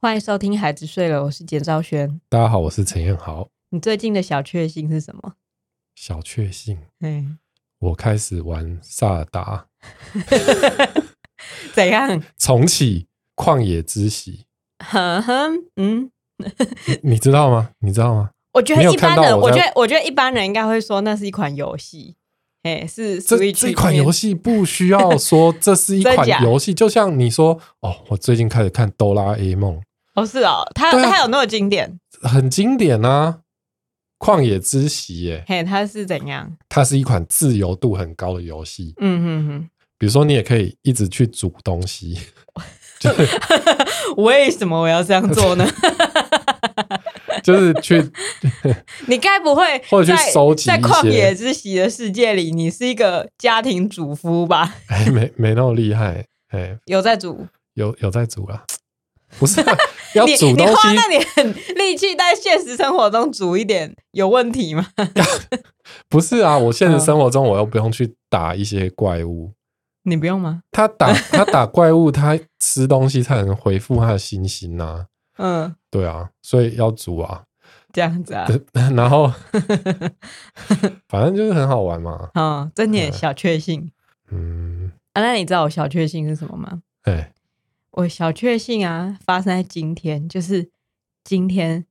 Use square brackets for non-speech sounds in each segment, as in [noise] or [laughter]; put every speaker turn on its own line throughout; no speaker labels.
欢迎收听《孩子睡了》，我是简昭轩。
大家好，我是陈彦豪。
你最近的小确幸是什么？
小确幸，
嗯，
我开始玩萨尔达，
怎样？
重启旷野之息，
哼哼，嗯，
你你知道吗？你知道吗？
我觉得
没有
一般
看到
人，
我
我
在
觉得我觉得一般人应该会说那是一款游戏，哎，是
这
Switch
这款
里面
游戏不需要说这是一款
真假
游戏，就像你说哦，我最近开始看《哆啦 A 梦
哦，是哦，它
对啊
它有那么经典，》，
很经典啊，《旷野之息》耶，
嘿，它是怎样？
它是一款自由度很高的游戏。
嗯
比如说，你也可以一直去煮东西，
哼哼，为什么我要这样做呢？ [laughs]
[laughs] 就是去
你该不会
或者去
在
收集
在
一
旷
些
野之息的世界里，你是一个家庭主夫吧？
哎，没没那么厉害，哎，
有在煮，
有有在煮啦，不是啊、
[laughs]
要
你
煮
你
东西
花那点 [laughs] 力气在现实生活中煮一点，有问题
[laughs]
吗？
不是啊？我
嗯
现实生活中我又不用去打一些怪物，
你不用吗？
他打他打怪物，他吃东西才能回复他的星星呐、
嗯，
对啊，所以要煮啊，
这样子啊，
[laughs] 然
[laughs]
后反正就是很好玩嘛，
嗯，这点小确幸
嗯，
啊。那你知道我小确幸是什么吗？
哎，
我小确幸啊，发生在今天，就是今天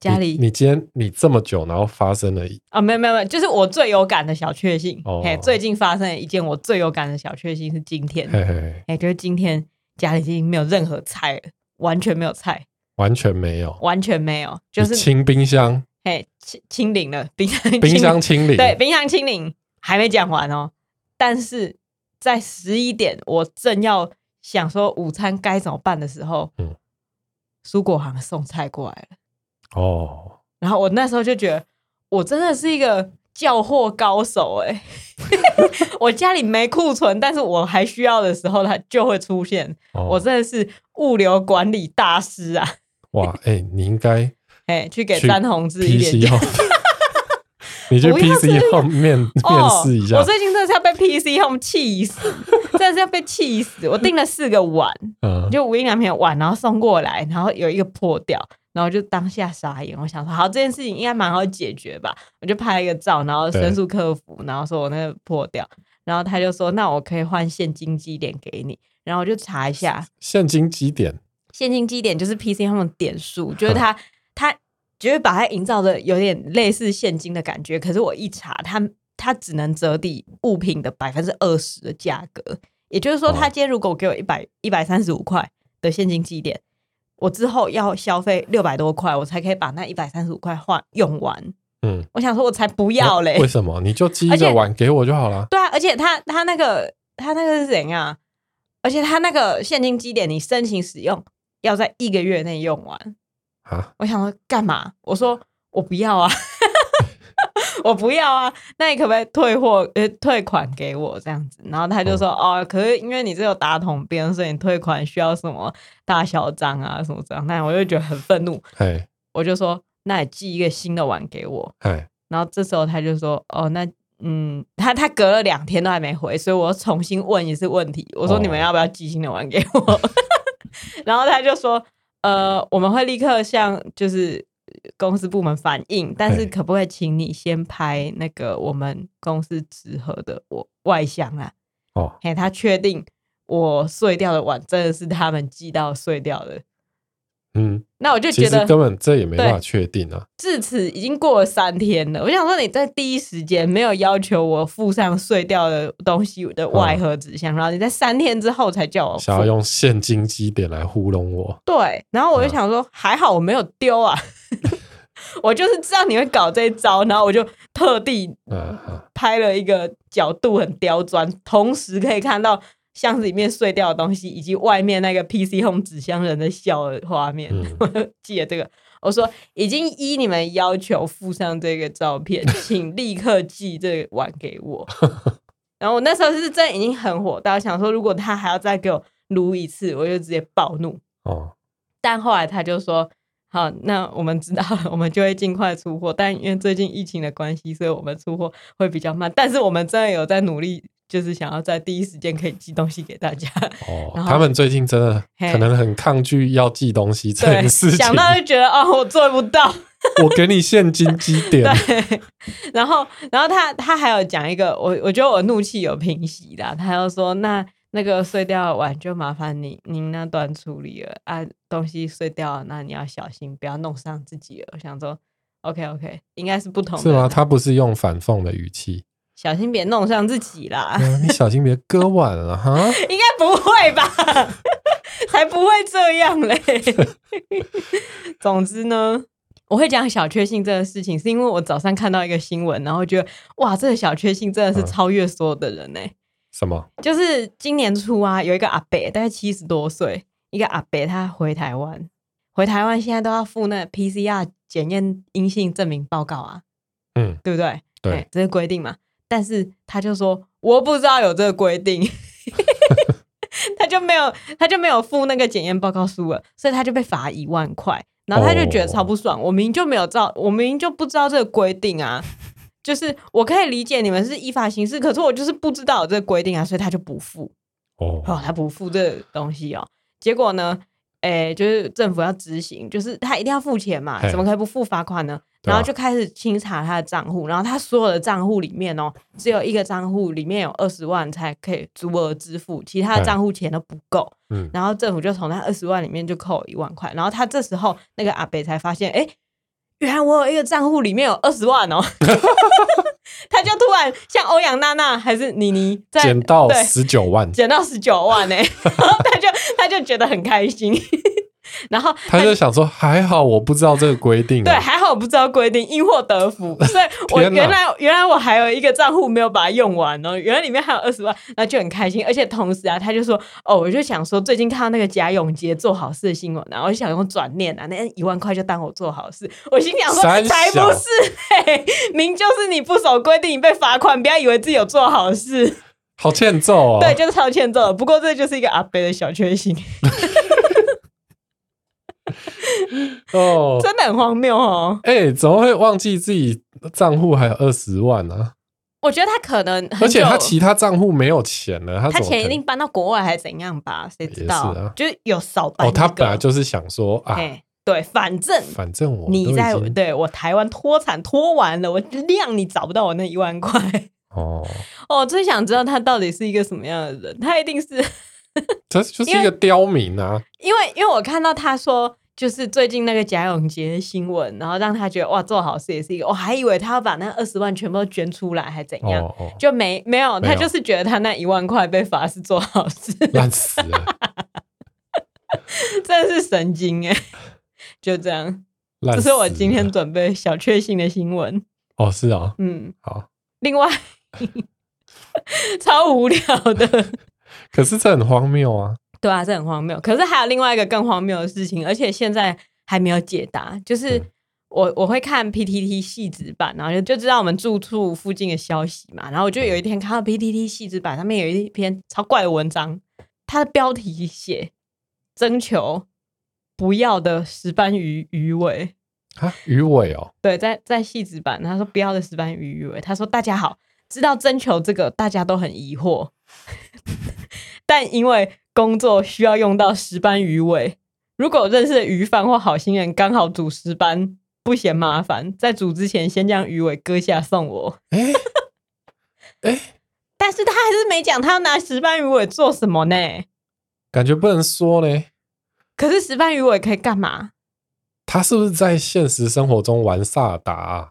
家
你
里
你今天你这么久，然后发生了一
啊，没有没有没有，就是我最有感的小确幸。
哦
哎、最近发生的一件我最有感的小确幸是今天，
嘿嘿嘿，
哎、就是今天家里已经没有任何菜了，完全没有菜，
完全没有，
完全没有，就是
你清冰箱，
哎清清零了，冰箱清
冰
零
箱清理，
对，冰箱清零还没讲完哦。但是在十一点，我正要想说午餐该怎么办的时候，嗯
嗯，
蔬果行送菜过来了。
哦。
然后我那时候就觉得，我真的是一个叫货高手哎、 [laughs] 我家里没库存，但是我还需要的时候，它就会出现。
哦
我真的是物流管理大师啊！
哇，哎、你应该
哎、去给
去
詹宏志一点
PC
建议
Home，你去
不要这
PC
样
Home 面 [laughs] 面
哦，
试一下
我，最近真的是要被 PC Home 气死， [laughs] 真的是要被气死。我订了四个碗，
嗯，
就无印良品的碗，然后送过来，然后有一个破掉，然后就当下傻眼。我想说，好，这件事情应该蛮好解决吧，我就拍一个照，然后申诉客服，然后说我那个破掉，然后他就说，那我可以换现金基点给你。然后我就查一下，
现金几点？
现金基点就是 PC 他们的点数，
嗯
就是它它就会把它营造的有点类似现金的感觉。可是我一查，它它只能折抵物品的百分之二十的价格，也就是说，
哦
他今天如果给我一百一百三十五块的现金基点，我之后要消费六百多块，我才可以把那一百三十五块换用完。
嗯，
我想说，我才不要嘞
哎为！什么？你就寄
而
一
且
个碗给我就好了。
对啊，而且他他那个他那个是怎样啊？而且他那个现金基点，你申请使用要在一个月内用完。
啊，
我想说干嘛？我说我不要啊， [laughs] 我不要啊。那你可不可以退货呃退款给我这样子？然后他就说、哦，可是因为你这有打桶边，所以你退款需要什么大小张啊什么这样。那我就觉得很愤怒，
哎
我就说那你寄一个新的碗给我。
哎，
然后这时候他就说哦那。嗯，他他隔了两天都还没回，所以我又重新问一次问题。我说
哦
你们要不要寄新的碗给我？ [laughs] 然后他就说，呃，我们会立刻向就是公司部门反映，但是
嘿
可不可以请你先拍那个我们公司纸盒的我外箱啊？
哦，
嘿，他确定我碎掉的碗真的是他们寄到碎掉的，
嗯，
那我就
其
觉
实
得
根本这也没
对
办法确定啊。
至此已经过了三天了，我想说你在第一时间没有要求我附上碎掉的东西的外盒纸箱，然后你在三天之后才叫哦我
嗯想要
付，
用现金基点来糊弄我，
对，然后我
嗯
就想说、还好我没有丢啊， [laughs] 我就是知道你会搞这一招，然后我就特地
嗯啊，
拍了一个角度很刁钻，同时可以看到箱子里面碎掉的东西，以及外面那个 PC Home 纸箱人的笑的画面。
嗯
我就记得这个，我说已经依你们要求附上这个照片，请立刻寄这个碗给我。 [laughs] 然后我那时候是真的已经很火大，想说如果他还要再给我撸一次，我就直接暴怒。
哦，
但后来他就说：“好，那我们知道了，我们就会尽快出货。但因为最近疫情的关系，所以我们出货会比较慢。但是我们真的有在努力就是想要在第一时间可以寄东西给大家。
哦，
然后
他们最近真的
嘿
可能很抗拒要寄东西 [laughs] 这
对，
件事情。
想到就觉得哦，我做不到。 [laughs]
我给你现金基点，
对，然后然后他他还有讲一个，我我觉得我怒气有平息啦。他又说，那那个碎掉的碗就麻烦您您那端处理了啊，东西碎掉了，那你要小心，不要弄伤自己了。我想说，OK OK，应该是不同的
是吗？他不是用反讽的
[laughs]
语气，
小心别弄伤自己啦， [laughs]
嗯你小心别割腕了哈。
应该不会吧？ [laughs] 才不会这样嘞。 [laughs] 总之呢。我会讲小确幸这个事情，是因为我早上看到一个新闻，然后觉得哇，这个小确幸真的是
嗯
超越所有的人呢、
什么？
就是今年初啊，有一个阿伯，大概七十多岁，一个阿伯，他回台湾，回台湾现在都要付那 PCR 检验阴性证明报告啊，
嗯，
对不对？
对
哎，这是规定嘛。但是他就说，我不知道有这个规定， [laughs] 他就没有，他就没有付那个检验报告书了，所以他就被罚一万块。然后他就觉得超不爽，我明明就没有照，我明明就不知道这个规定啊。就是我可以理解你们是依法行事，可是我就是不知道有这个规定啊，所以他就不付。哦
哦，，
他不付这个东西哦。结果呢，诶，就是政府要执行，就是他一定要付钱嘛，
嘿
怎么可以不付罚款呢？
对啊
然后就开始清查他的账户，然后他所有的账户里面哦，只有一个账户里面有二十万才可以足额支付，其他的
嘿
账户钱都不够。
嗯，
然后政府就从他二十万里面就扣一万块，然后他这时候那个阿北才发现，哎，原来我有一个账户里面有二十万
[laughs]
哦， [laughs] 他就突然像欧阳娜娜还是妮妮在
捡到
对
十九
[laughs]
万，
捡到十九万呢、
[laughs]
然后他就他就觉得很开心， [laughs] 然后
他就想说，还好我不知道这个规定
对，
啊，
还好我不知道规定，因祸得
[laughs]
福，所以我
天哪
原来原来我还有一个账户没有把它用完哦，原来里面还有二十万，那就很开心，而且同时啊，他就说哦，我就想说最近看到那个贾永杰做好事的新闻啊，然后我就想用转念啊，那一万块就当我做好事，我心想说
三小
才不是嘞， [laughs] 明就是你不守规定，你被罚款，不要以为自己有做好事。
[laughs] 好欠揍哦。
对，就是超欠揍的。不过这就是一个阿伯的小确幸，
哦，
真的很荒谬哦。
哎，怎么会忘记自己账户还有二十万呢？
我觉得他可能很久，
而且他其他账户没有钱了，他
他
怎么可
钱一
能
定搬到国外还是怎样吧？谁知道？
也是啊
就是有少搬、
哦，他本来、就是想说啊，
哎，对，反正
反正我都
你
已
在
经
对我台湾脱产脱完了，我谅你找不到我那一万块。 [laughs]
哦，
哦，我最想知道他到底是一个什么样的人。他一定是 [laughs]
这就是一个刁民啊，
因为因为我看到他说。就是最近那个贾永杰的新闻，然后让他觉得哇，做好事也是一个，我还以为他要把那二十万全部都捐出来，还怎样？
哦哦，
就没没有，
没
他
有
就是觉得他那一万块被罚是做好事，
烂死了，
[laughs] 真的是神经哎、 [laughs] 就这样，
烂
这
死了。
是我今天准备小确幸的新闻。
哦是啊，
嗯，
好，
另外 [laughs] 超无聊的，
可是这很荒谬啊，
对啊，这很荒谬。可是还有另外一个更荒谬的事情，而且现在还没有解答，就是
嗯
我我会看 PTT 细纸版，然后就就知道我们住处附近的消息嘛。然后我就有一天看到 PTT 细纸版上面有一篇超怪的文章，它的标题写“征求不要的石斑鱼鱼尾”。
啊，鱼尾哦，
对，在在戏子版，他说不要的石斑鱼鱼尾，他说大家好，知道征求这个大家都很疑惑， [laughs] 但因为工作需要用到石斑鱼尾，如果认识的鱼贩或好心人刚好煮石斑，不嫌麻烦，在煮之前先将鱼尾割下送我。
哎哎，
但是他还是没讲他要拿石斑鱼尾做什么呢？
感觉不能说呢。
可是石斑鱼尾可以干嘛？
他是不是在现实生活中玩萨达、啊？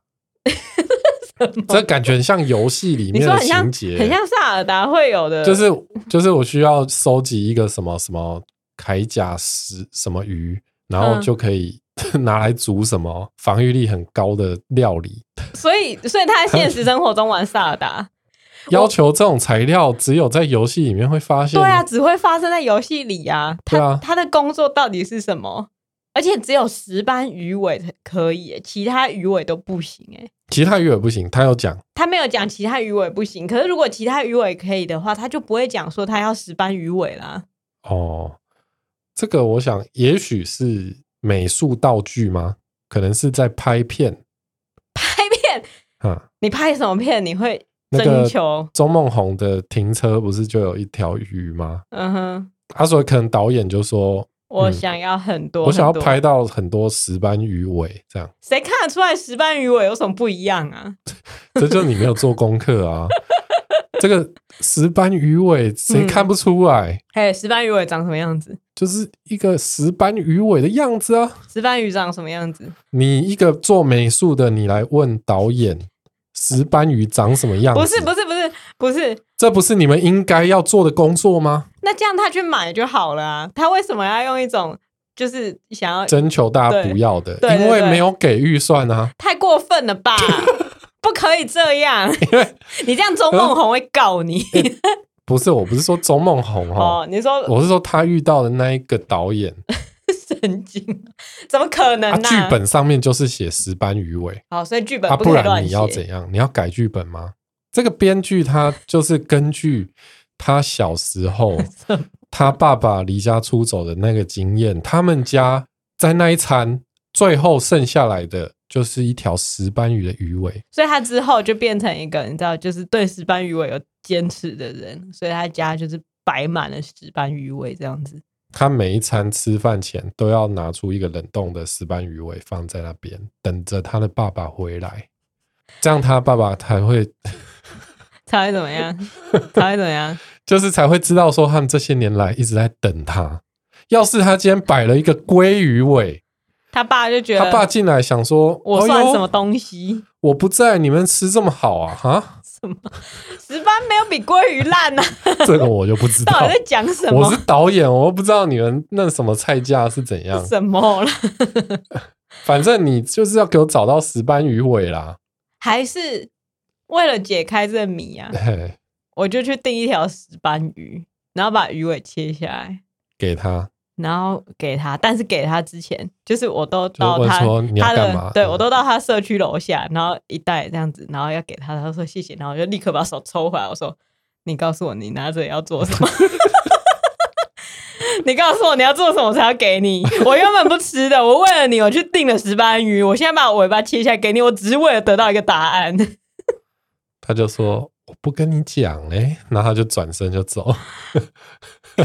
这感觉很像游戏里
[laughs] 你
面
说
的
很像
情
很
节，
像呃萨尔达会有的，
就是就是我需要收集一个什么什么铠甲石什么鱼，然后
嗯
就可以 [laughs] 拿来煮什么防御力很高的料理。
所以所以他在现实生活中玩萨尔达。
要求这种材料只有在游戏里面会发现。
对啊，，只会发生在游戏里啊。他
对啊
他的工作到底是什么？而且只有石斑鱼尾才可以耶，其他鱼尾都不行哎。
其他鱼尾不行，他有讲
他没有讲其他鱼尾不行，可是如果其他鱼尾可以的话，他就不会讲说他要石斑鱼尾啦。
哦。这个我想，也许是美术道具吗？可能是在拍片
拍片，
啊、
你拍什么片？你会
那
征
个
求，
周梦红的停车不是就有一条鱼吗？
嗯哼，
他、所以可能导演就说，
我
嗯
想要很多，
我想要
很多
拍到很多石斑鱼尾，这样，
谁看得出来石斑鱼尾有什么不一样啊？
这就是你没有做功课啊。 [laughs] 这个石斑鱼尾谁
嗯
看不出来？
哎，石斑鱼尾长什么样子？
就是一个石斑鱼尾的样子啊。
石斑鱼长什么样子？
你一个做美术的，你来问导演石斑鱼长什么样子？
不是，不是，不是，不是。
这不是你们应该要做的工作吗？
那这样他去买就好了啊，他为什么要用一种就是想要
征求大家不要的，
对对对
因为没有给预算啊。
太过分了
[laughs]
吧？不可以这样， [laughs] 你这样周梦红会告你
不是，我不是说周梦红哦，
哦。你说
我是说他遇到的那一个导演，
神经，啊怎么可能
他
呢、
啊剧本上面就是写石斑鱼尾，
好，所以剧本
啊，
呃可
不
以
然
乱
你
写。
要怎样？你要改剧本吗？这个编剧他就是根据他小
[laughs]
时候他爸爸离家出走的那个经验，他们家在那一餐最后剩下来的就是一条石斑鱼的鱼尾。
所以他之后就变成一个你知道，就是对石斑鱼尾有坚持的人，所以他家就是摆满了石斑鱼尾这样子。
他每一餐吃饭前都要拿出一个冷冻的石斑鱼尾放在那边，等着他的爸爸回来，这样他爸爸才会
才会怎么样？才会怎么样？
就是才会知道说他们这些年来一直在等他。要是他今天摆了一个鲑鱼尾，
他爸就觉得
[laughs] 他爸进来想说：“
我算什么
哎呦
东西？
我不在，你们吃这么好啊？ [laughs] 哈，
石斑没有比鲑鱼烂呐、
这个我就不知
到
道
底。在讲什
我是
么？
导演，我又不知道你们那什么菜价是怎样。
什么啦？
反正你就是要给我找到石斑鱼尾啦。
还是为了解开这谜啊，
嘿，
我就去订一条石斑鱼，然后把鱼尾切下来，
给他。
然后给他，但是给他之前，就是我都
就
到
问
他
说你要
他
干嘛
的，对我都到他社区楼下，然后一袋这样子，然后要给他，他说谢谢，然后我就立刻把手抽回来，我说你告诉我你拿着要做什么。 [laughs] 你告诉我你要做什么才要给你？我原本不吃的，我为了你，我去订了石斑鱼，我现在把尾巴切下来给你，我只是为了得到一个答案。 [laughs]
他就说：“我不跟你讲嘞。”然后他就转身就
[laughs]
走。 [laughs]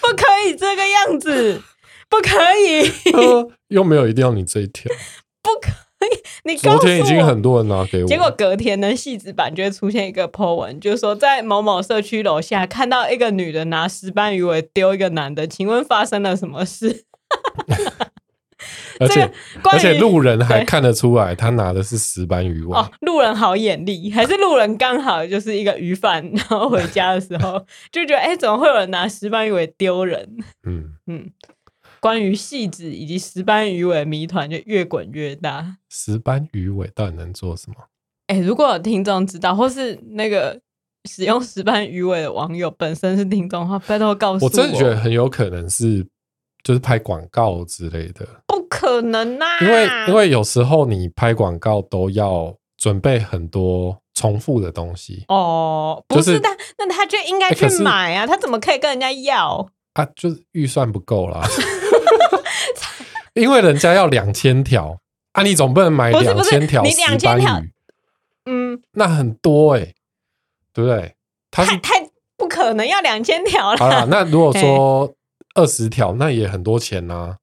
不可以这个样子，不可以， [laughs]
他说又没有一定要你这一条。
你告
昨
诉
天已经
我
很多人拿给我，
结果隔天呢，戏子版就会出现一个 po 文，就是说在某某社区楼下看到一个女的拿石斑鱼尾丢一个男的，请问发生了什么
[laughs]
事？
而且
这个关于
而且路人还
对
看得出来，他拿的是石斑鱼尾。
哦，路人好眼力，还是路人刚好就是一个鱼贩，然后回家的时候 [laughs] 就觉得，哎、怎么会有人拿石斑鱼尾丢人？
嗯，
嗯，关于戏子以及石斑鱼尾的谜团就越滚越大。
石斑鱼尾到底能做什么？
哎、如果有听众知道，或是那个使用石斑鱼尾的网友本身是听众的话，拜托告诉
我真的觉得很有可能是就是拍广告之类的，
不可能啊呐、
因为因为有时候你拍广告都要准备很多重复的东西
哦，不
就是
是他，那他就应该
哎
去
可是
买啊，他怎么可以跟人家要？
啊，就是预算不
[laughs]
够啦。 [laughs] 因为人家要两千条啊，你总不能买
不是
两
不是
千条
你
石
2000
斑
条
鱼，
嗯，
那很多哎、对不对？它是
太太不可能要两千条
好啦，
了。
那如
[laughs]
果说二十条，那也很多钱呐、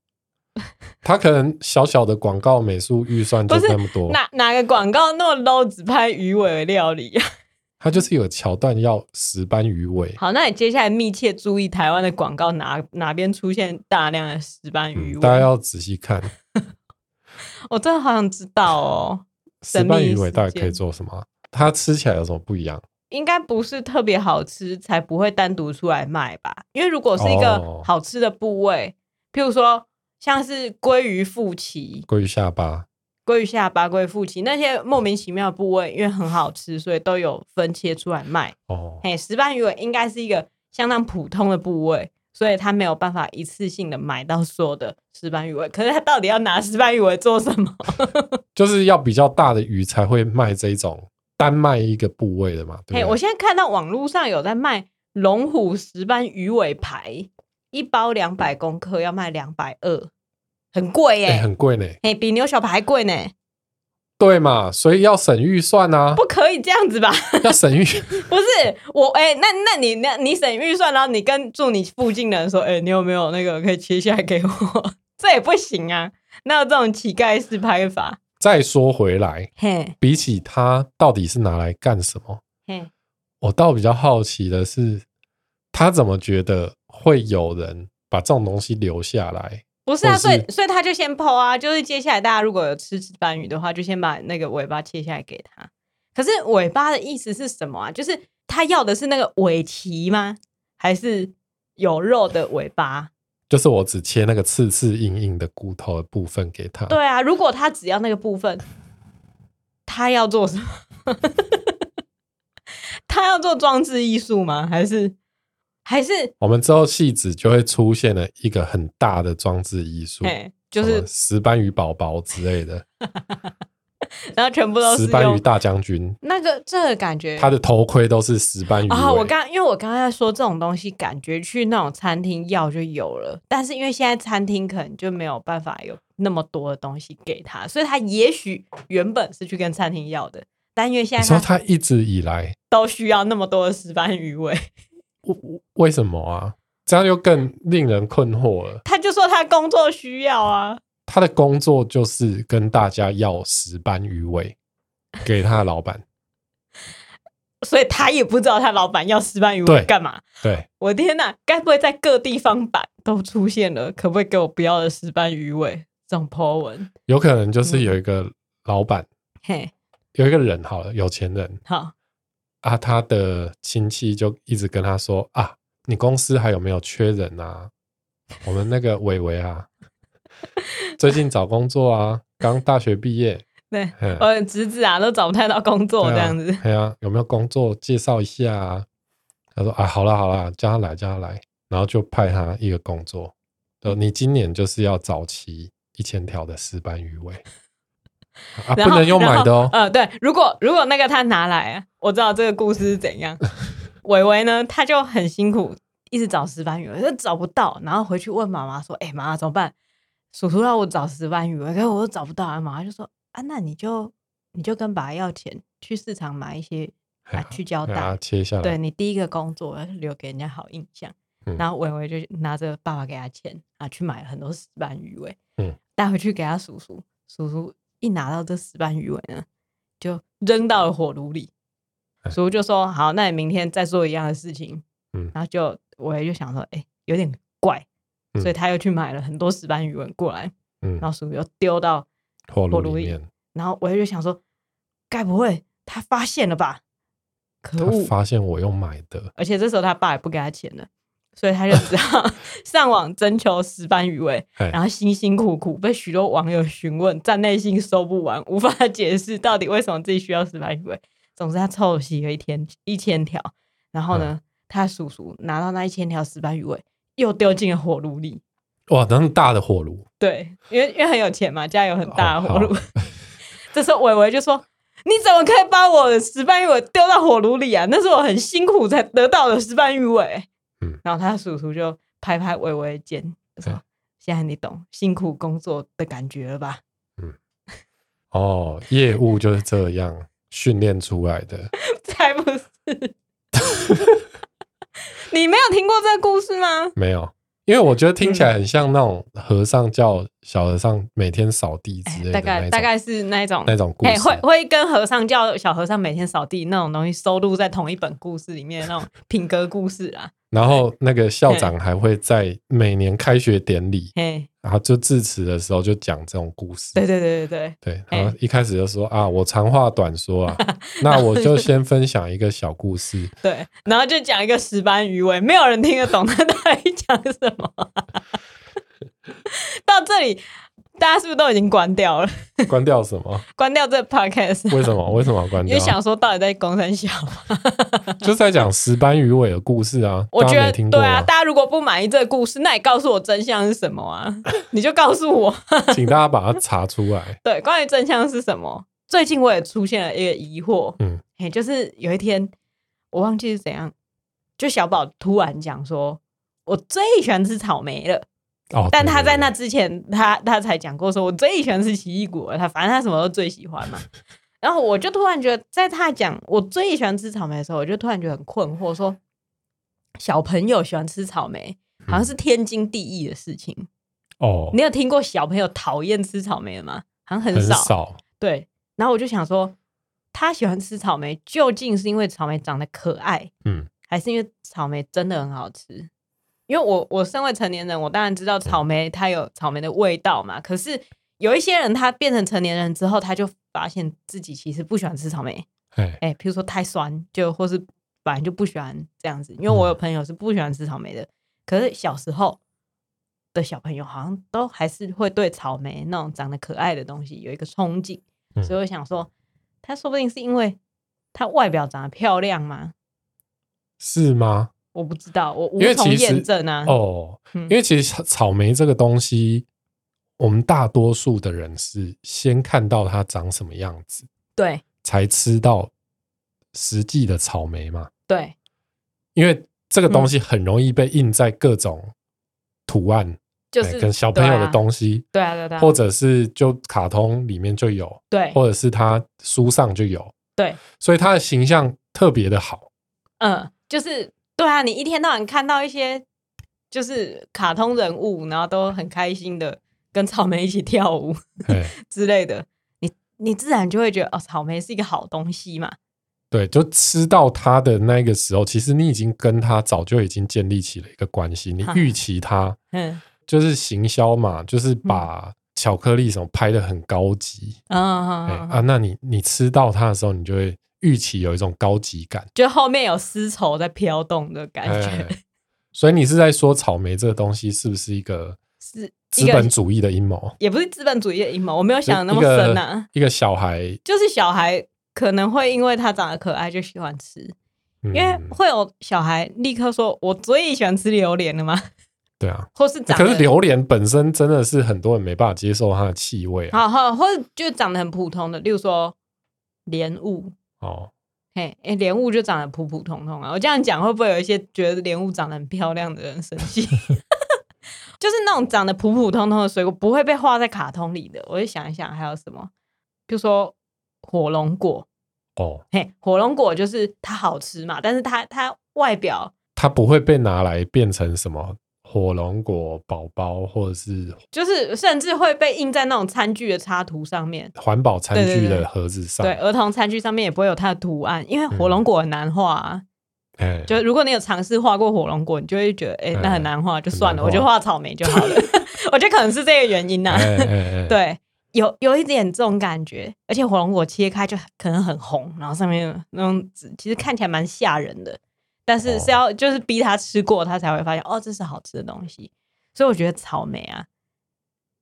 他可能小小的广告美术预算就
不是
那么多，
哪哪个广告那么 low，只拍鱼尾的料理 [laughs] 啊？
他就是有桥段要石斑鱼尾。
好，那你接下来密切注意台湾的广告哪哪边出现大量的石斑鱼
嗯，
尾，
大家要仔细看
我真的好想知道哦。
石
神秘
斑鱼尾到底
事件
可以做什么啊，它吃起来有什么不一样？
应该不是特别好吃，才不会单独出来卖吧？因为如果是一
哦
个好吃的部位，譬如说像是鲑鱼腹鳍、
鲑鱼下巴，
鲑鱼下巴、鲑鱼腹鳍那些莫名其妙的部位，因为很好吃，所以都有分切出来卖。
哦，
哎，石斑鱼尾应该是一个相当普通的部位，所以它没有办法一次性的买到所有的石斑鱼尾。可是它到底要拿石斑鱼尾做什么？
就是要比较大的鱼才会卖这种单卖一个部位的嘛，对
嘿，
不
我
对？
现在看到网络上有在卖龙虎石斑鱼尾排，一包两百公克，要卖两百二，很贵耶、
哎、很贵呢，
嘿，比牛小排还贵呢、
对嘛，所以要省预算啊，
不可以这样子吧？
要省预， [laughs]
不是我哎、那那你那你省预算，然后你跟住你附近的人说，哎、你有没有那个可以切下来给我？ [laughs] 这也不行啊，那有这种乞丐式拍法？
再说回来，
嘿
比起它到底是拿来干什么，
嘿，
我倒比较好奇的是，他怎么觉得会有人把这种东西留下来？
不是啊，
或是
所以所以他就先剖啊，就是接下来大家如果有吃石斑鱼的话，就先把那个尾巴切下来给他。可是尾巴的意思是什么啊？就是他要的是那个尾鳍吗？还是有肉的尾巴？
就是我只切那个刺刺硬硬的骨头的部分给他，
对啊，如果他只要那个部分，他要做什么？ [laughs] 他要做装置艺术吗？还是还是
我们之后戏子就会出现了一个很大的装置艺术，
哎，就
什
是
么石斑鱼宝宝之类的，
然后全部 [laughs] 都
石
是
斑鱼
用
大将军，
那个这个感觉
他的头盔都是石斑鱼
啊、
尾
我刚因为我刚刚在说这种东西，感觉去那种餐厅要就有了，但是因为现在餐厅可能就没有办法有那么多的东西给他，所以他也许原本是去跟餐厅要的，但因为现
你
在
说
他
他一直以来
都需要那么多的石斑鱼尾，
为什么啊？这样又更令人困惑了。
他就说他工作需要啊，
他的工作就是跟大家要石斑鱼尾给他的老板，
所以他也不知道他老板要石斑鱼尾
对
干嘛。
对，
我天哪，该不会在各地方版都出现了？可不可以给我不要的石斑鱼尾这种 po 文？
有可能就是有一个老板，
嘿，
有一个人好了，有钱人
好，
啊，他的亲戚就一直跟他说啊，你公司还有没有缺人啊？我们那个伟伟啊，最近找工作啊，刚大学毕业，
对。
嗯
我的侄子啊，都找不太到工作这样子。
对啊，有没有工作介绍一下啊？他说啊，好啦好啦，叫他来叫他来，然后就派他一个工作，呃，你今年就是要早期一千条的石斑鱼尾啊，
然
不
后
能用买的
然
哦
后，呃，对，如果如果那个他拿来、啊，我知道这个故事是怎
[laughs]
样。伟伟呢，他就很辛苦，一直找石斑鱼，就找不到，然后回去问妈妈说：“哎、妈妈怎么办？叔叔让我找石斑鱼，可是我又找不到。”啊，妈妈就说：“啊，那你就你就跟爸爸要钱，去市场买一些，
哎
啊
呀，
去交
给他
代。
切下
对
来，
你第一个工作留给人家好印象。
嗯
然后伟伟就拿着爸爸给他钱啊，去买了很多石斑鱼尾，
嗯，
带回去给他叔叔。叔叔一拿到这石斑鱼尾呢，就扔到了火炉里。
哎
叔叔就说：“好，那你明天再做一样的事情。”
嗯
然后就伟伟就想说：“哎、有点怪。”
嗯
所以他又去买了很多石斑鱼尾过来，
嗯
然，后叔叔又丢到
火
火
炉
炉
里
里
面，
然后我就想说，该不会他发现了吧？可
他
恶！
发现我用买的，
而且这时候他爸也不给他钱了，所以他就只好上网征求石斑鱼尾，
哎
然后辛辛苦苦被许多网友询问，站内信收不完，无法解释到底为什么自己需要石斑鱼尾。总之，他凑齐了一天一千条，然后呢，他叔叔拿到那一千条石斑鱼尾，又丢进了火炉里。
哇，那么大的火炉，
对，因为因为很有钱嘛，家有很大的
哦
火炉。 [laughs] 这时候伟伟就说：“你怎么可以把我的石斑鱼尾丢到火炉里啊？那是我很辛苦才得到的石斑鱼尾。”
嗯
然后他叔叔就拍拍伟伟的肩，就说
嗯：“
现在你懂辛苦工作的感觉了吧？ [laughs]
哦，业务就是这样训练出来的，
才不是！你没有听过这个故事吗？
没有。因为我觉得听
嗯
起来很像那种和尚叫小和尚每天扫地之
哎
类的那
大
一
概
种，
大概是那一种
那种故
哎、
事，
会会跟和尚叫小和尚每天扫地那种东西收录在同一本故事里面的那种品格故事啊啦。
然后那个校长还会在每年开学典礼，
哎，
然后就致辞的时候就讲这种故事。
对对对对对，
对，
哎
然后一开始就说啊，我长话短说
[laughs]
啊，那我就先分享一个小故事。
对，然后就讲一个石斑鱼尾，没有人听得懂他到底讲什么。 [laughs] 到这里，大家是不是都已经关掉了？
关掉什
[laughs]
么？
关掉这 podcast，
为什么？为什么要关
因为
掉？
想说到底在公山小。
就是在讲石斑鱼尾的故事啊。
[laughs] 我觉
大家
得
没听过
对啊，大家如果不满意这个故事，那你告诉我真相是什么啊？ [laughs] 你就告诉我， [laughs]
请大家把它查出来。
对，关于真相是什么？最近我也出现了一个疑惑，嗯
嗯，
哎，就是有一天我忘记是怎样，就小宝突然讲说，我最喜欢吃草莓了。
哦，
但
对
他
对
在
对
那之前，他他才讲过说，我最喜欢吃奇异果了，他反正他什么都最喜欢嘛。
[laughs]
然后我就突然觉得，在他讲我最喜欢吃草莓的时候，我就突然觉得很困惑，说小朋友喜欢吃草莓，好像是天经地义的事情。
哦
你有听过小朋友讨厌吃草莓的吗？好像
很
很少。
少，
对，然后我就想说，他喜欢吃草莓，究竟是因为草莓长得可爱，
嗯，
还是因为草莓真的很好吃？因为我我身为成年人，我当然知道草莓它有草莓的味道嘛。可是有一些人，他变成成年人之后，他就发现自己其实不喜欢吃草莓，
哎，
哎，譬如说太酸，就或是本来就不喜欢这样子。因为我
嗯
有朋友是不喜欢吃草莓的，可是小时候的小朋友好像都还是会对草莓那种长得可爱的东西有一个憧憬，
嗯
所以我想说，他说不定是因为他外表长得漂亮吗？
是吗？
我不知道，我无
因为
从
其实
验证啊。
哦，
嗯
因为其实草草莓这个东西，我们大多数的人是先看到它长什么样子，
对
才吃到实际的草莓嘛。
对
因为这
嗯
个东西很容易被印在各种图案，
就
哎
是
跟小朋友的东西，
对啊对啊对啊，
或者是就卡通里面就有，
对
或者是他书上就有，
对，
所以他的形象特别的好。
嗯，就是对啊，你一天到晚看到一些就是卡通人物，然后都很开心的跟草莓一起跳舞 [laughs]
哎，
之类的，你你自然就会觉得哦，草莓是一个好东西嘛。
对，就吃到它的那个时候，其实你已经跟他早就已经建立起了一个关系，你
哈
预期他
嗯
就是行销嘛，就是把巧克力什么拍的很高级，
嗯
哎
嗯，
啊，
嗯
那你你吃到它的时候，你就会预期有一种高级感。
就后面有丝绸在飘动的感
哎
觉，
所以你是在说草莓这个东西是不是一个
[laughs] 是一
资
个
本主义的阴谋？
也不是资本主义的阴谋，我没有想的那么
一个
深啊，
一个小孩，
就是小孩可能会因为他长得可爱就喜欢吃，
嗯、
因为会有小孩立刻说我最喜欢吃榴莲了吗？
对啊，
或是长
可
得
是榴莲本身真的是很多人没办法接受它的气味
好
啊。
好，或者就长得很普通的，例如说莲雾，
哦，
嘿，哎、莲雾就长得普普通通啊。我这样讲会不会有一些觉得莲雾长得很漂亮的人生气？就是那种长得普普通通的水果，不会被画在卡通里的。我就想一想还有什么，比如说火龙果，
哦，
嘿，火龙果就是它好吃嘛，但是它它外表
它不会被拿来变成什么火龙果宝宝或者是
就是甚至会被印在那种餐具的插图上面。
环保餐具
对对对
的盒子上。哎
对，儿童餐具上面也不会有它的图案，因为火龙果很难画、啊。
哎，
就如果你有尝试画过火龙果，你就会觉得，哎、
嗯
那很难画，就算了，我
很难
就
画
画草莓就好了。 [laughs] 我觉得可能是这个原因呐、
哎哎哎，哎，
对，有有一点这种感觉，而且火龙果切开就可能很红，然后上面有那种籽其实看起来蛮吓人的，但是
哦
是要就是逼他吃过，他才会发现哦，这是好吃的东西。所以我觉得草莓啊，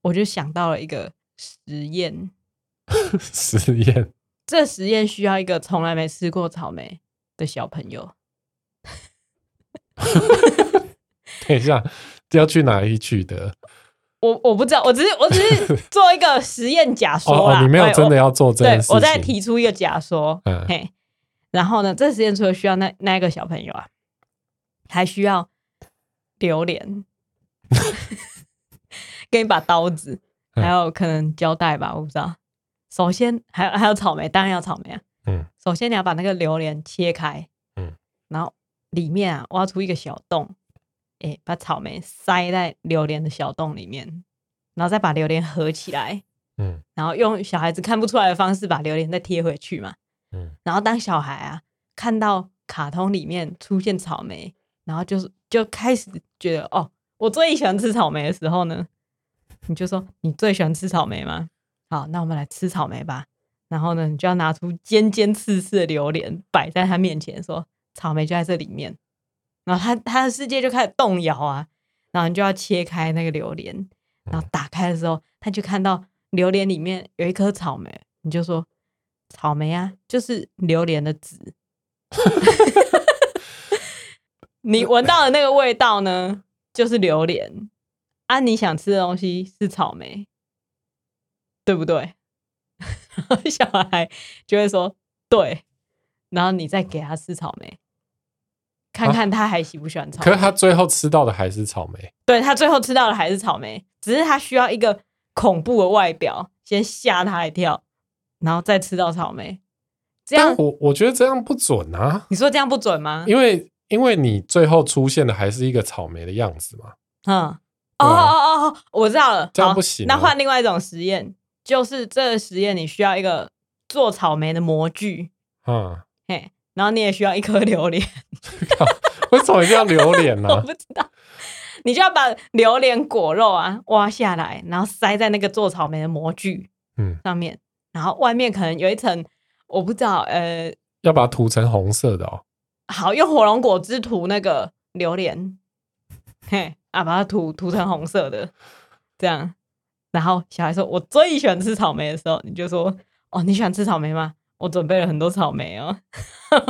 我就想到了一个实验，
[laughs] 实验
这实验需要一个从来没吃过草莓的小朋友。
等一下要去哪里取得？
我我不知道，我只是我只是做一个实验假说
哦
啦。
哦，你没有
哎
真的
我
要做这
对
件事，情。
我在提出一个假说，
嗯
嘿，然后呢，这实验除了需要那那一个小朋友啊，还需要榴
[laughs]
莲，跟一把刀子，
嗯
还有可能胶带吧，我不知道。首先还有还有草莓，当然要草莓啊。
嗯，
首先你要把那个榴莲切开，
嗯，
然后里面啊挖出一个小洞，哎，把草莓塞在榴莲的小洞里面，然后再把榴莲合起来，
嗯
然后用小孩子看不出来的方式把榴莲再贴回去嘛。
嗯，
然后当小孩啊看到卡通里面出现草莓，然后就是就开始觉得哦，我最喜欢吃草莓的时候呢，你就说你最喜欢吃草莓吗？好，那我们来吃草莓吧。然后呢，你就要拿出尖尖刺刺的榴莲摆在他面前，说草莓就在这里面。然后他他的世界就开始动摇啊，然后你就要切开那个榴莲，然后
嗯
打开的时候，他就看到榴莲里面有一颗草莓，你就说草莓啊，就是榴莲的
[laughs]
籽。你闻到的那个味道呢，就是榴莲。啊，你想吃的东西是草莓，对不对？ [laughs] 然后小孩就会说对，然后你再给他吃草莓，看看他还喜不喜欢草莓。
啊可是他最后吃到的还是草莓，
对他最后吃到的还是草莓，只是他需要一个恐怖的外表先吓他一跳，然后再吃到草莓。这
但
样
我我觉得这样不准啊，
你说这样不准吗？
因为因为你最后出现的还是一个草莓的样子嘛。
嗯，哦
对啊
哦哦哦，我知道了，
这样
好
不行啊
那换另外一种实验，就是这个实验你需要一个做草莓的模具，
嗯， [laughs]
嘿，然后你也需要一颗榴莲， [laughs]
为什么一定要榴莲呢、
我不知道。你就要把榴莲果肉啊挖下来，然后塞在那个做草莓的模具
嗯，
上面，然后外面可能有一层我不知道，呃，
要把它涂成红色的哦。
好用火龙果汁涂那个榴莲，嘿啊，把它涂涂成红色的，这样。然后小孩说：“我最喜欢吃草莓的时候，你就说哦，你喜欢吃草莓吗？我准备了很多草莓哦。”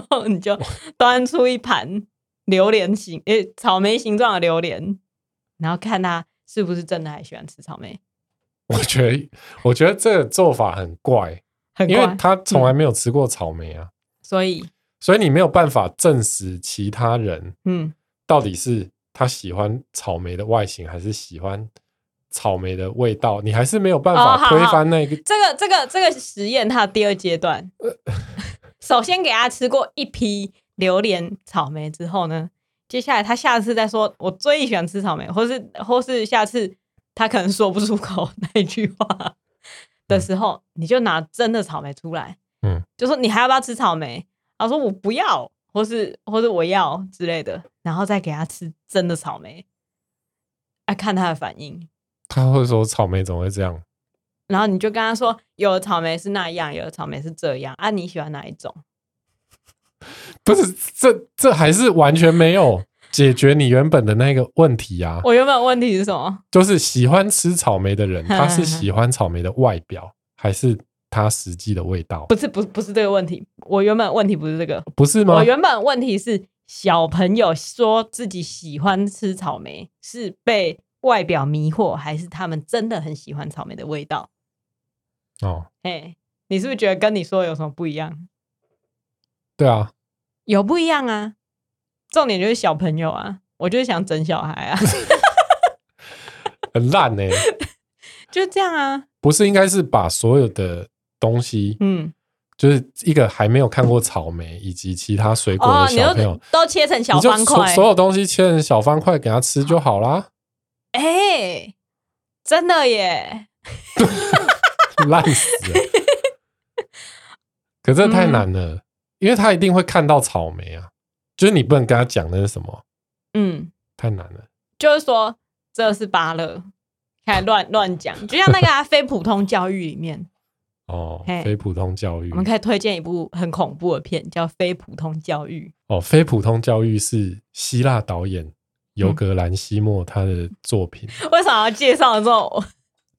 [laughs] 你就端出一盘榴莲形诶、草莓形状的榴莲，然后看他是不是真的还喜欢吃草莓。
[laughs] 我觉得我觉得这个做法很怪，
很
因为
怪，嗯
他从来没有吃过草莓啊，
所以
所以你没有办法证实其他人
嗯，
到底是他喜欢草莓的外形，还是喜欢草莓的味道，你还是没有办
哦好
法推翻那个。
这个这个这个实验它的第二阶段，首先给他吃过一批榴莲草莓之后呢，接下来他下次再说我最喜欢吃草莓，或是或是下次他可能说不出口 [laughs] 那一句话的时候，你就拿真的草莓出来，
嗯，
就说你还要不要吃草莓？他说我不要，或是或是我要之类的，然后再给他吃真的草莓，啊，看他的反应。
他会说草莓怎么会这样？
然后你就跟他说，有的草莓是那样，有的草莓是这样啊，你喜欢哪一种？
不是，这这还是完全没有解决你原本的那个问题啊！
我原本的问题是什么？
就是喜欢吃草莓的人，
[laughs] 嗯
他是喜欢草莓的外表，还是他实际的味道？
不是，不是，不是这个问题。我原本的问题不是这个，
不是吗
我？原本的问题是小朋友说自己喜欢吃草莓，是被外表迷惑，还是他们真的很喜欢草莓的味道？
哦，
哎，你是不是觉得跟你说有什么不一样？
对啊，
有不一样啊，重点就是小朋友啊，我就是想整小孩啊， [laughs]
很烂呢、欸
就是这样啊，
不是应该是把所有的东西，
嗯。
就是一个还没有看过草莓以及其他水果
哦
的，
你
小朋友，
都都切成小
你就
方
所
块，
所有东西切成小方块给他吃就好
[laughs]
啦，
哎、真的耶！
烂死了。可这太难了，
嗯
因为他一定会看到草莓啊，就是你不能跟他讲那是什么，
嗯，
太难了。
就是说这是芭乐，开始乱乱讲，就像那个、啊、 [laughs] 非普通教育里面，
哦
嘿，
非普通教育
我，们可以推荐一部很恐怖的片，叫《非普通教育
哦，非普通教育是希腊导演尤格兰西莫他的作品，》。
为什么要介绍这种？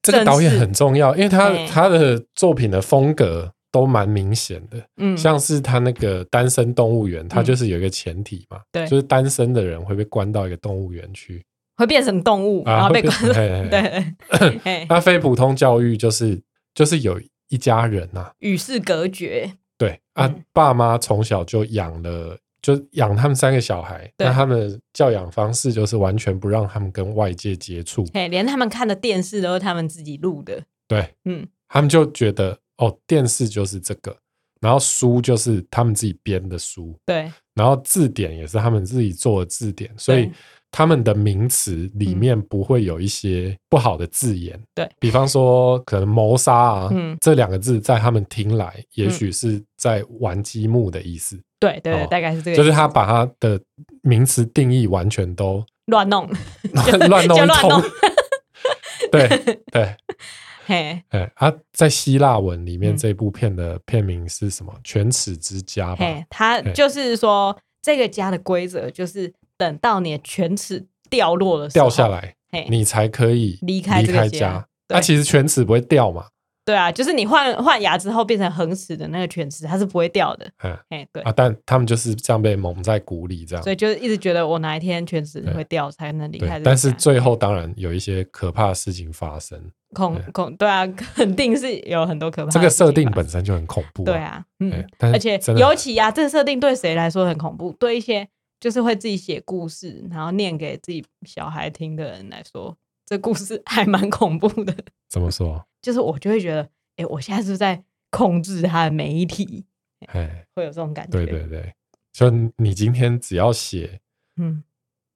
这个导演
正是
很重要，因为他
嘿
他的作品的风格都蛮明显的，
嗯，
像是他那个《单身动物园》，他
嗯
就是有一个前提嘛，
对
就是单身的人会被关到一个动物园去，
[laughs] 会变成动物，嗯
啊
然后被
会
关 [laughs]
变。嘿嘿嘿
对对，
[laughs]
嘿
那非普通教育就是就是有一家人啊，
与世隔绝。
对啊，
嗯
爸妈从小就养了，就养他们三个小孩，
对
那他们的教养方式就是完全不让他们跟外界接触，
嘿，连他们看的电视都是他们自己录的。
对
嗯，
他们就觉得哦，电视就是这个，然后书就是他们自己编的书，
对，
然后字典也是他们自己做的字典，所
对
以
嗯
他们的名词里面不会有一些不好的字眼。
对
比方说可能谋杀啊，
嗯
这两个字在他们听来，也许是在玩积木的意思，
对，对，对，
哦
大概是这个意思，
就是他把他的名词定义完全都 [laughs]
乱弄。
乱
[laughs]
弄
就
一
乱
通
弄。
对对，
嘿，
哎啊，在希腊文里面
嗯
这部片的片名是什么？犬齿之家吧
嘿，？他
嘿
就是说这个家的规则就是等到你的犬齿掉落的时候
掉下，来，
嘿，
你才可以
哎离开这个
家
家。
那、
对
其实犬齿不会掉嘛，
对啊，就是你换换牙之后变成恒齿的那个犬齿，它是不会掉的。
嗯
嘿，对，
啊，但他们就是这样被蒙在鼓里，这样
所以就是一直觉得我哪一天犬齿
对
会掉才能离开这。
对
个
但是
家
最后当然有一些可怕的事情发生，
恐恐对啊， [laughs] 肯定是有很多可怕的
嗯这个
事情
设定
吧
本身就很恐怖、
对，啊，
哎
嗯，
但是
而且
真的
尤其啊，这个设定对谁来说很恐怖？对一些就是会自己写故事，然后念给自己小孩听的人来说，这故事还蛮恐怖的。 [laughs]
怎么说？
就是我就会觉得，哎、我现在是不是在控制他的媒体？
哎，
会有这种感觉。
对对，对，就你今天只要写，
嗯，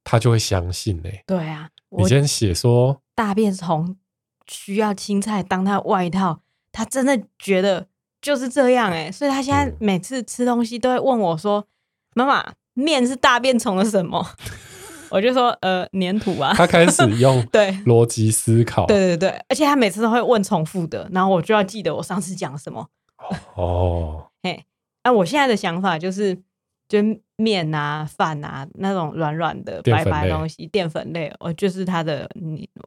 他就会相信嘞、
对啊，
你
我
先写说，
大便虫需要青菜当它外套，他真的觉得就是这样哎、所以他现在
嗯
每次吃东西都会问我说：“妈妈，面是大便虫的什么？” [laughs] 我就说：“呃，粘土啊。
他开始用
对
逻辑思考。”
[laughs] 对对对，而且他每次都会问重复的，然后我就要记得我上次讲什么。
哦，
那、我现在的想法就是，就面啊、饭啊那种软软的
淀
白
粉
白的
类
东西，淀粉类，我就是它的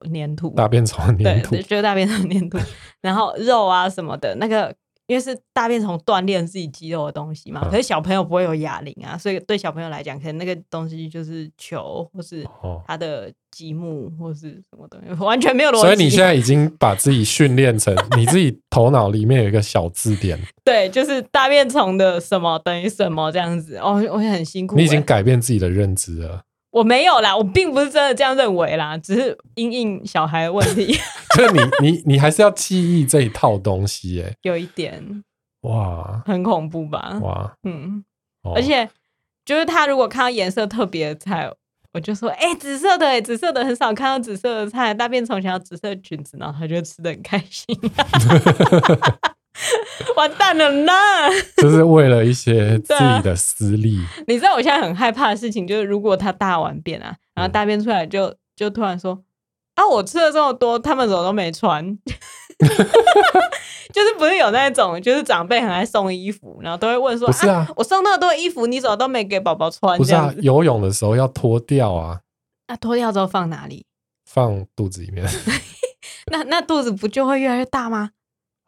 粘粘土。啊
大便虫的
对
粘，土
对，就是大便虫粘土，然后肉啊什么的，那个因为是大便虫锻炼自己肌肉的东西嘛，
嗯
可是小朋友不会有哑铃啊，所以对小朋友来讲，可能那个东西就是球或是
哦。
他的积木或是什么东西，完全没有逻辑。
所以你现在已经把自己训练成 [laughs] 你自己头脑里面有一个小字典，
对，就是大便虫的什么等于什么这样子，哦，我也很辛苦欸、
你已经改变自己的认知了。 [laughs]
我没有啦，我并不是真的这样认为啦，只是因应小孩的问题 [laughs]
就是你你你还是要记忆这一套东西耶、
有一点
哇
很恐怖吧？
哇！
嗯。
哦
而且就是他如果看到颜色特别的菜，我就说：“哎、紫色的、欸，紫色的很少看到紫色的菜。”大便虫想要紫色的裙子，然后他就吃的很开心。 [laughs] 完蛋了呢！
就是为了一些自
对啊
己的私利，
你知道我现在很害怕的事情就是，如果他大完便啊，然后大便出来就就突然说：“啊，我吃了这么多，他们怎么都没穿？” [laughs] 就是不是有那种，就是长辈很爱送衣服，然后都会问说：“
不是啊
我送那么多衣服，你怎么都没给宝宝穿？”
不是
这样
啊
子？
游泳的时候要脱掉啊，
那脱掉之后放哪里？
放肚子里
[laughs]
面。
那那肚子不就会越来越大吗？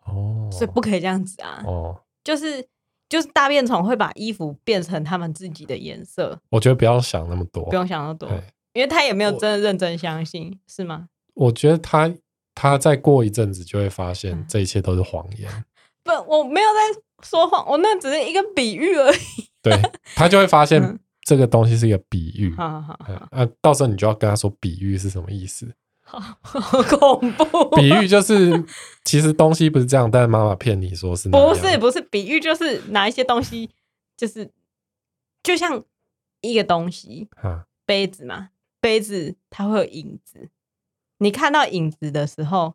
哦，
所以不可以这样子啊！
哦，
[laughs] 就是就是大便虫会把衣服变成他们自己的颜色，
我觉得不要想那么多
不。用想那么多，
对
因为他也没有
我
真的认真相信，是吗？
我觉得他他再过一阵子就会发现
嗯
这一切都是谎言，
不，我没有在说谎，我那只是一个比喻而已。
[laughs] 对他就会发现
嗯
这个东西是一个比喻。
好好好
嗯啊，到时候你就要跟他说比喻是什么
[laughs]
意思？
好恐怖！
[laughs] 比喻就是
[laughs]
其实东西不是这样，但是妈妈骗你说是那样
不是不是，比喻就是拿一些东西，就是就像一个东西，
啊，
杯子嘛，杯子它会有影子。你看到影子的时候，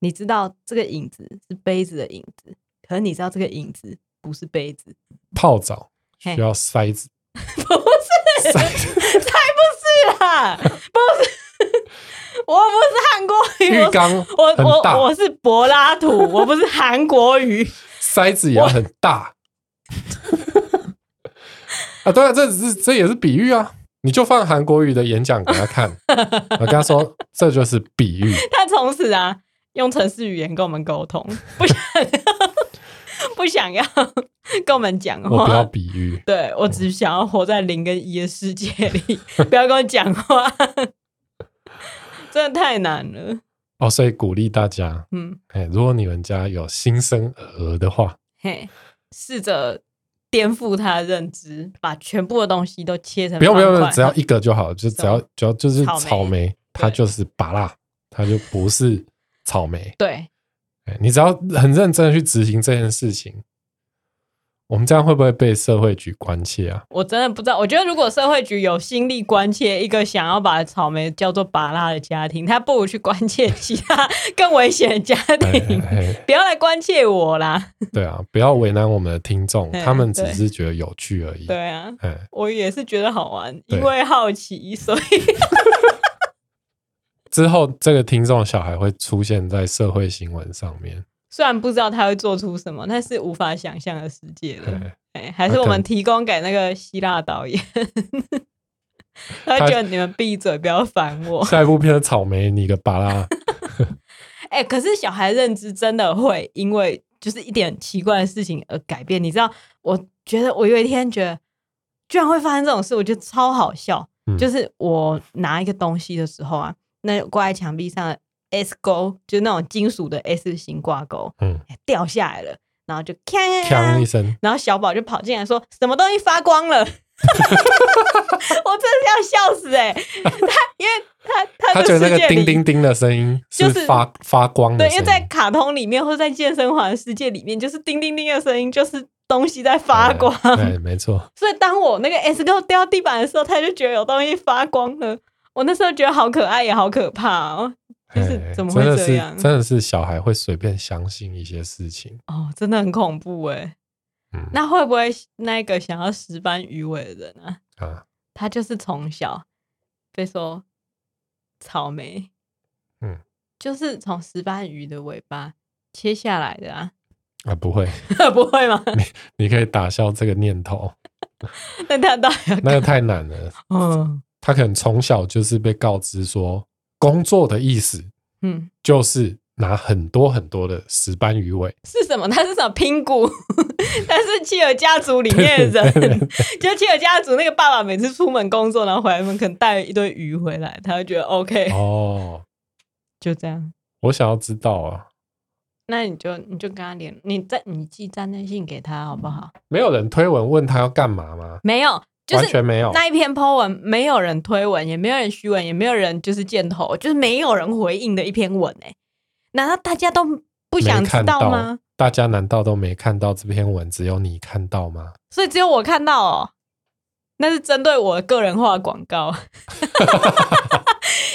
你知道这个影子是杯子的影子，可是你知道这个影子不是杯子， [laughs]
泡澡
嘿
需要
[laughs]
塞子，
不是，才
塞
不是啦，不是，我不是韩国
浴
语，我是
缸
我
很大
我我是柏拉图，我不是韩国语，
塞子也要很大。啊，对啊，这只是这也是比喻啊，你就放韩国语的演讲给他看，我跟他说这就是比
[laughs]
喻，
[laughs] 他从此啊用城市语言跟我们沟通，不想 [laughs] 不想要跟我们讲话，
我不要比喻。
对我只想要活在零跟一的世界里， [laughs] 不要跟我讲话， [laughs] 真的太难了。
哦，所以鼓励大家，
嗯，
哎，如果你们家有新生儿的话，
嘿，试着颠覆他的认知，把全部的东西都切成
不用不用
方
不用，
块
只要一个就好，就
[laughs]
只要
什
只要就是
草莓
草莓，它
对
就是拔辣，它就不是草莓。
对
哎你只要很认真的去执行这件事情，我们这样会不会被社会局关
[laughs]
切啊？
我真的不知道。我觉得如果社会局有心力关切一个想要把草莓叫做拔拉的家庭，他不如去关切其他更危险的家
[laughs] 哎
庭，
哎
不要来关切我啦。
对啊，不要为难我们的听众，
哎
他们只
对
是觉得有趣而已。
对啊，
哎，
我也是觉得好玩，
对
因为好奇，所以
之后这个听众小孩会出现在社会新闻上面，
虽然不知道他会做出什么，但是无法想象的世界了。
哎
哎、还是我们提供给那个希腊导演， [laughs] 他会觉得你们闭嘴，不要烦我。
哎
[laughs]
下一部片的草莓，你个巴拉，
哎、可是小孩认知真的会因为就是一点奇怪的事情而改变。你知道，我觉得我有一天觉得，居然会发生这种事，我觉得超好笑。
嗯
就是我拿一个东西的时候啊，那挂在墙壁上的 S 钩，就是那种金属的 S 型挂钩，
嗯，
哎掉下来了，然后就锵
锵一声，
然后小宝就跑进来说：“什么东西发光了？” [laughs] 我真的要笑死哎、他因为他 [laughs] 他
他
的
觉得那
世
个
界
叮
里，
叮叮的声音
就是是
发发光的
对，
声
因为
音，
在卡通里面或者在健身环的世界里面，就是叮叮叮的声音，就是东西在发光。 [laughs]
对，对哎没错，
所以当我那个 S 跟掉地板的时候，他就觉得有东西发光了。我那时候觉得好可爱，也好可怕哦。就是
哎
怎么会
真的
这
是
样
真的是小孩会随便相信一些事情，
哦，真的很恐怖哎。
嗯
那会不会那个想要石斑鱼尾的人啊，
啊，
他就是从小被说草莓，
嗯，
就是从石斑鱼的尾巴切下来的啊？ [laughs]
啊，不会， [laughs]
不会吗？
你可以打消这个念
[laughs]
头，
那他到底要
那个太难了。
嗯
他可能从小就是被告知说，工作的意思
[laughs] 嗯
就是拿很多很多的石斑鱼
[laughs]
尾，
是什么？他是什么拼骨？ [laughs] 他是企鹅家族里面的
对对
人，就企鹅家族那个爸爸每次出门工作，然后回来们可能带一堆鱼回来，他会觉得 OK，、
哦，
就这样。
我想要知道啊，
那你就你就跟他联，你在你寄战内信给他好不好？
没有人推文问他要干嘛吗？
没有，就
完
是
全没有，
那一篇 po 文，没有人推文，也没有人虚文，也没有人就是箭头，就是没有人回应的一篇文哎、难道大家都不
不
想知道吗？？
大家难道都没看到这篇文，只有你看到吗？
所以只有我看到哦，那是针对我个人化的广告， [laughs]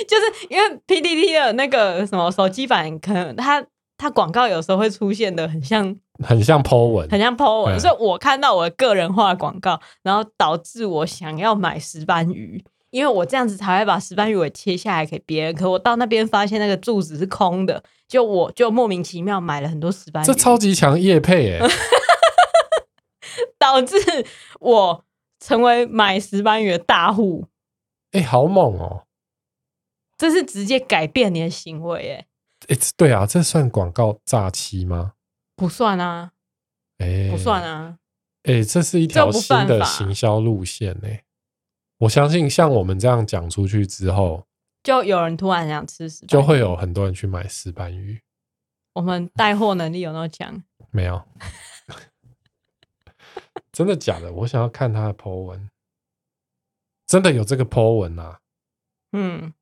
就是因为 PDD 的那个什么手机版，可能它它广告有时候会出现的很像
很像 Po 文，
很像 PO 文，
嗯
所以我看到我的个人化的广告，然后导致我想要买石斑鱼，因为我这样子才会把石斑鱼尾切下来给别人。可我到那边发现那个柱子是空的，就我就莫名其妙买了很多石斑鱼，
这超级强叶配哎、
导致我成为买石斑鱼的大户。
[laughs] 哎、好猛哦、
这是直接改变你的行为，耶，
哎，这对啊，这算广告诈欺吗？
不算啊，
哎、
不算啊，
哎、这是一条新
这不犯
的
法
行销路线呢、我相信，像我们这样讲出去之后，
就有人突然想吃石斑鱼，
就会有很多人去买石斑鱼。
我们带货能力有那么强？
没有， [laughs] 真的假的？我想要看他的 Po 文，真的有这个 Po 文啊！
嗯，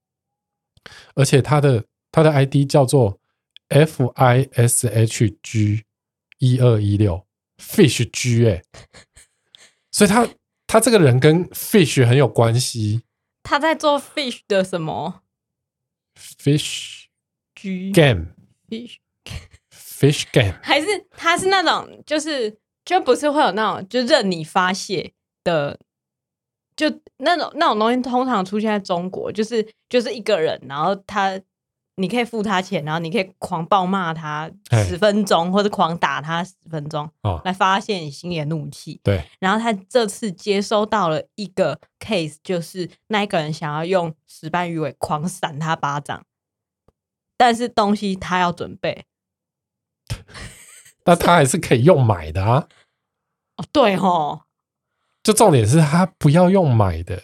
而且他的他的 ID 叫做 F I S H G 一二一六 Fish G 哎、所以他他这个人跟 Fish 很有关系
他在做 fish 的什么
，Fish
G
Game
fish，
Fish Game
还是他是那种就是就不是会有那种就任你发泄的，就那种那种东西通常出现在中国，就是就是一个人，然后他你可以付他钱，然后你可以狂暴骂他
嘿
十分钟，或者狂打他十分钟，
哦，
来发泄你心里的怒气。
对，
然后他这次接收到了一个 case，就是那一个人想要用石斑鱼尾狂闪他巴掌，但是东西他要准备。
那他还是可以用买的啊。
哦，对吼，
就重点是他不要用买的，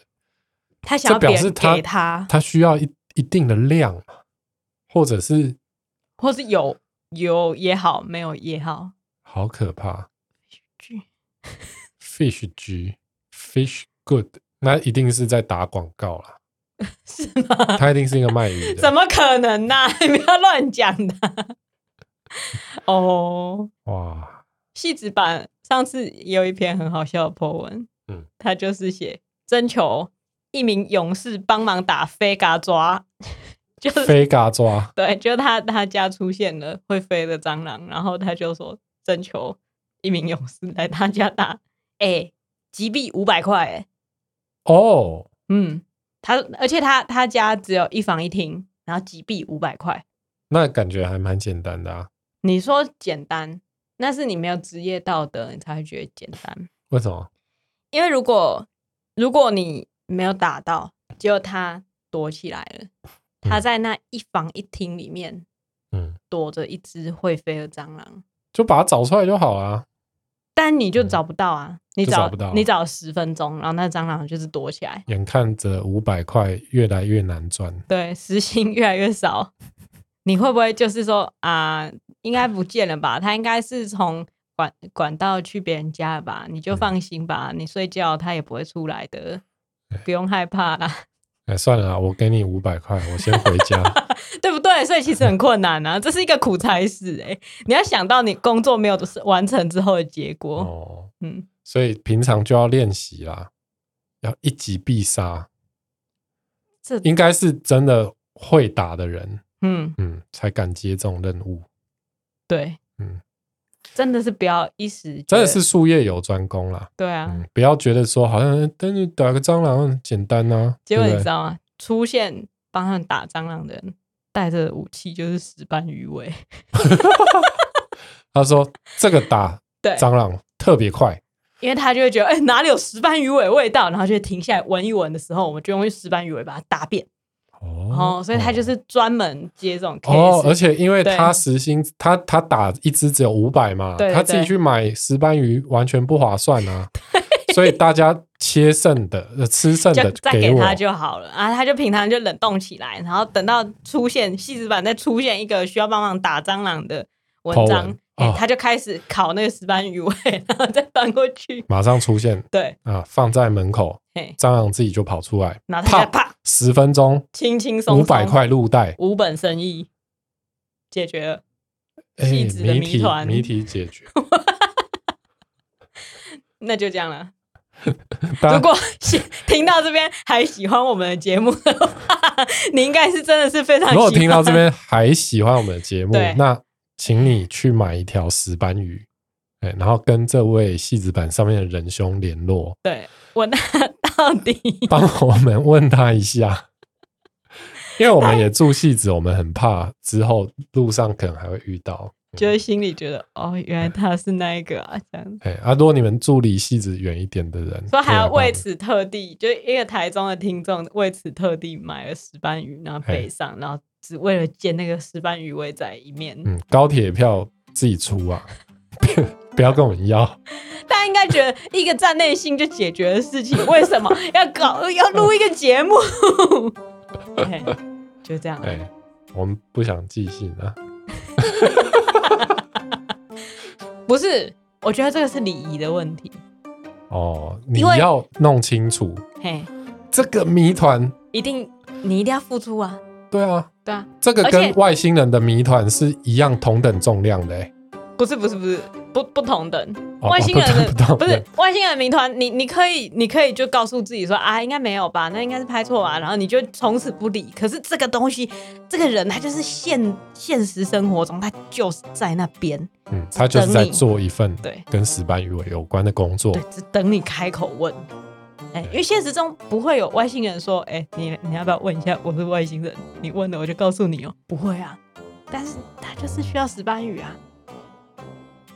他想要
这表
别
示
人
他
给他，
他需要一一定的量嘛，或者是
或是有有也好，没有也好。
好可怕
去
，fish G fish good，那一定是在打广告啦，
是吗？
[laughs] 他一定是一个卖鱼
[laughs] 怎
的，
么可能呢、你 [laughs] 不要乱讲的。哦，
哇，
戏子版上次也有一篇很好笑的 po 文，
嗯
嗯，他就是写征求一名勇士帮忙打飞嘎抓， [laughs] 就是
飞嘎抓，
对，就他他家出现了会飞的蟑螂，然后他就说征求一名勇士来他家打，哎、击毙五百块，哎，
哦，
嗯，他而且他他家只有一房一厅，然后击毙五百块。
那感觉还蛮简单的啊，
你说简单，那是你没有职业道德，你才会觉得简单。
为什么？
因为如果如果你没有打到，结果他躲起来了，他在那一房一厅里面
嗯，
躲着一只会飞的蟑螂。
就把它找出来就好啦。
但你就找不到啊，你
嗯就
找
找不到
你找十分钟，然后那蟑螂就是躲起来，
眼看着五百块越来越难赚，
对，时薪越来越少，你会不会就是说啊、应该不见了吧？它应该是从管管道去别人家吧，你
嗯
就放心吧，你睡觉他也不会出来的，不用害怕啦， [laughs]
哎，算了啊，我给你五百块，我先回家。
对不对？所以其实很困难啊，这是一个苦差事哎、你要想到你工作没有完成之后的结果，
哦，
嗯，
所以平常就要练习啦，要一击必杀，
这
应该是真的会打的人，
嗯
嗯，才敢接这种任务。
对，
嗯
真的是不要一时觉
真的
得
是术业有专攻啦，
对啊，
嗯，不要觉得说好像嗯但是打个蟑螂很简单呐、
结
对
果
不
你
对？
知道吗？出现帮他们打蟑螂的人带着武器就是石斑鱼
[laughs]
尾，
他说这个打
对，
蟑螂特别快，
因为他就会觉得哎、哪里有石斑鱼尾味道，然后就停下来闻一闻的时候，我们就用石斑鱼尾把它打扁。
哦
哦，所以他就是专门接这种 case，、
哦，而且因为
对
他时薪，他他打一只只有五百嘛，
对对
他自己
对
去买石斑鱼完全不划算
[laughs]
啊，所以大家切剩的、呃吃剩
就
的
再
给
给
我，
他就好了啊。他就平常就冷冻起来，然后等到出现细纸板再出现一个需要帮忙打蟑螂的文章，
头文
哎
哦
他就开始烤那个石斑鱼尾，然后再搬过去。
马上出现
对，
啊，放在门口，
嘿，
蟑螂自己就跑出来，
然后他再
啪
啪，
十分钟
轻轻松松
五百，块入袋，
无本生意解决了。
哎，
戏子的
谜
谜
题
团
谜题解决。 [laughs]
那就这样
[laughs]
了。
大
如
家
果喜听到这边还喜欢我们的节目的话，你应该是真的是非常 [laughs] 喜
如
欢。
果听到这边还喜欢我们的节目
对，
那请你去买一条石斑鱼，哎，然后跟这位戏子版上面的仁兄联络。
对我那到
[laughs]
底
帮我
[laughs]
们问他一下，因为我们也住戏子，我们很怕之后路上可能还会遇到。
就是心里觉得哦，原来他是那一个啊，这样。
哎、啊，如果你们住离戏子远一点的人，
说还要
可以来
为
帮
此特地，就一个台中的听众为此特地买了石斑鱼，然后
嘿
背上，然后只为了见那个石斑鱼尾仔一面。
我们，嗯，高铁票自己出啊，不要跟我们要。
大家应该觉得一个站内信就解决的事情，为
[laughs]
什么要搞要录一个节目？嘿就这样
嗯哎、，我们不想寄信啊。
不是，我觉得这个是礼仪的问题。
哦，你
因为
要弄清楚
嘿，
这个谜团。
一定你一定要付出啊，
对啊，
对啊，
这个
而且
跟外星人的谜团是一样同等重量的、哎
不是不是不是不不同等，
哦
外星人的、
不同不同
是外星人的谜团，你你可以你可以就告诉自己说啊，应该没有吧，那应该是拍错吧，然后你就从此不理。可是这个东西，这个人他就是现现实生活中他就是在那边，
嗯，他就是在做一份
对
跟石斑鱼尾有关的工作
对，。只等你开口问。哎、因为现实中不会有外星人说，哎、你你要不要问一下我是外星人？你问了我就告诉你哦、不会啊。但是他就是需要石斑鱼啊。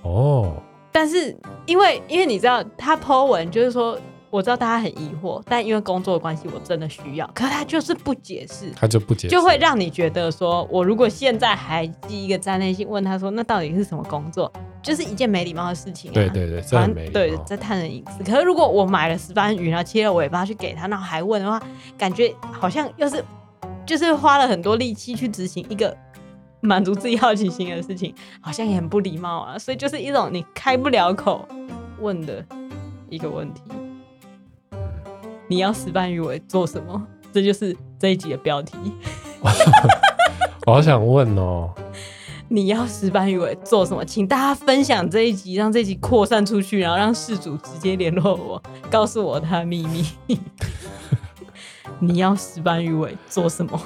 哦，
但是因为因为你知道他 Po 文，就是说我知道大家很疑惑，但因为工作的关系，我真的需要，可是他就是不解释。
他就不解释，
就会让你觉得说，我如果现在还记一个站内信，问他说那到底是什么工作，就是一件没礼貌的事情、啊。
对对对，这
反
很
正
没礼
对
貌。
在探人隐私。可是如果我买了石斑鱼，然后啊切了尾巴去给他，然后还问的话，感觉好像又是就是花了很多力气去执行一个满足自己好奇心的事情，好像也很不礼貌啊。所以就是一种你开不了口问的一个问题。
嗯
你要石斑鱼尾做什么？这就是这一集的标题。
我好想问哦，
你要石斑鱼尾做什么？请大家分享这一集，让这一集扩散出去，然后让事主直接联络我，告诉我他的秘密。你要石斑鱼尾做什么？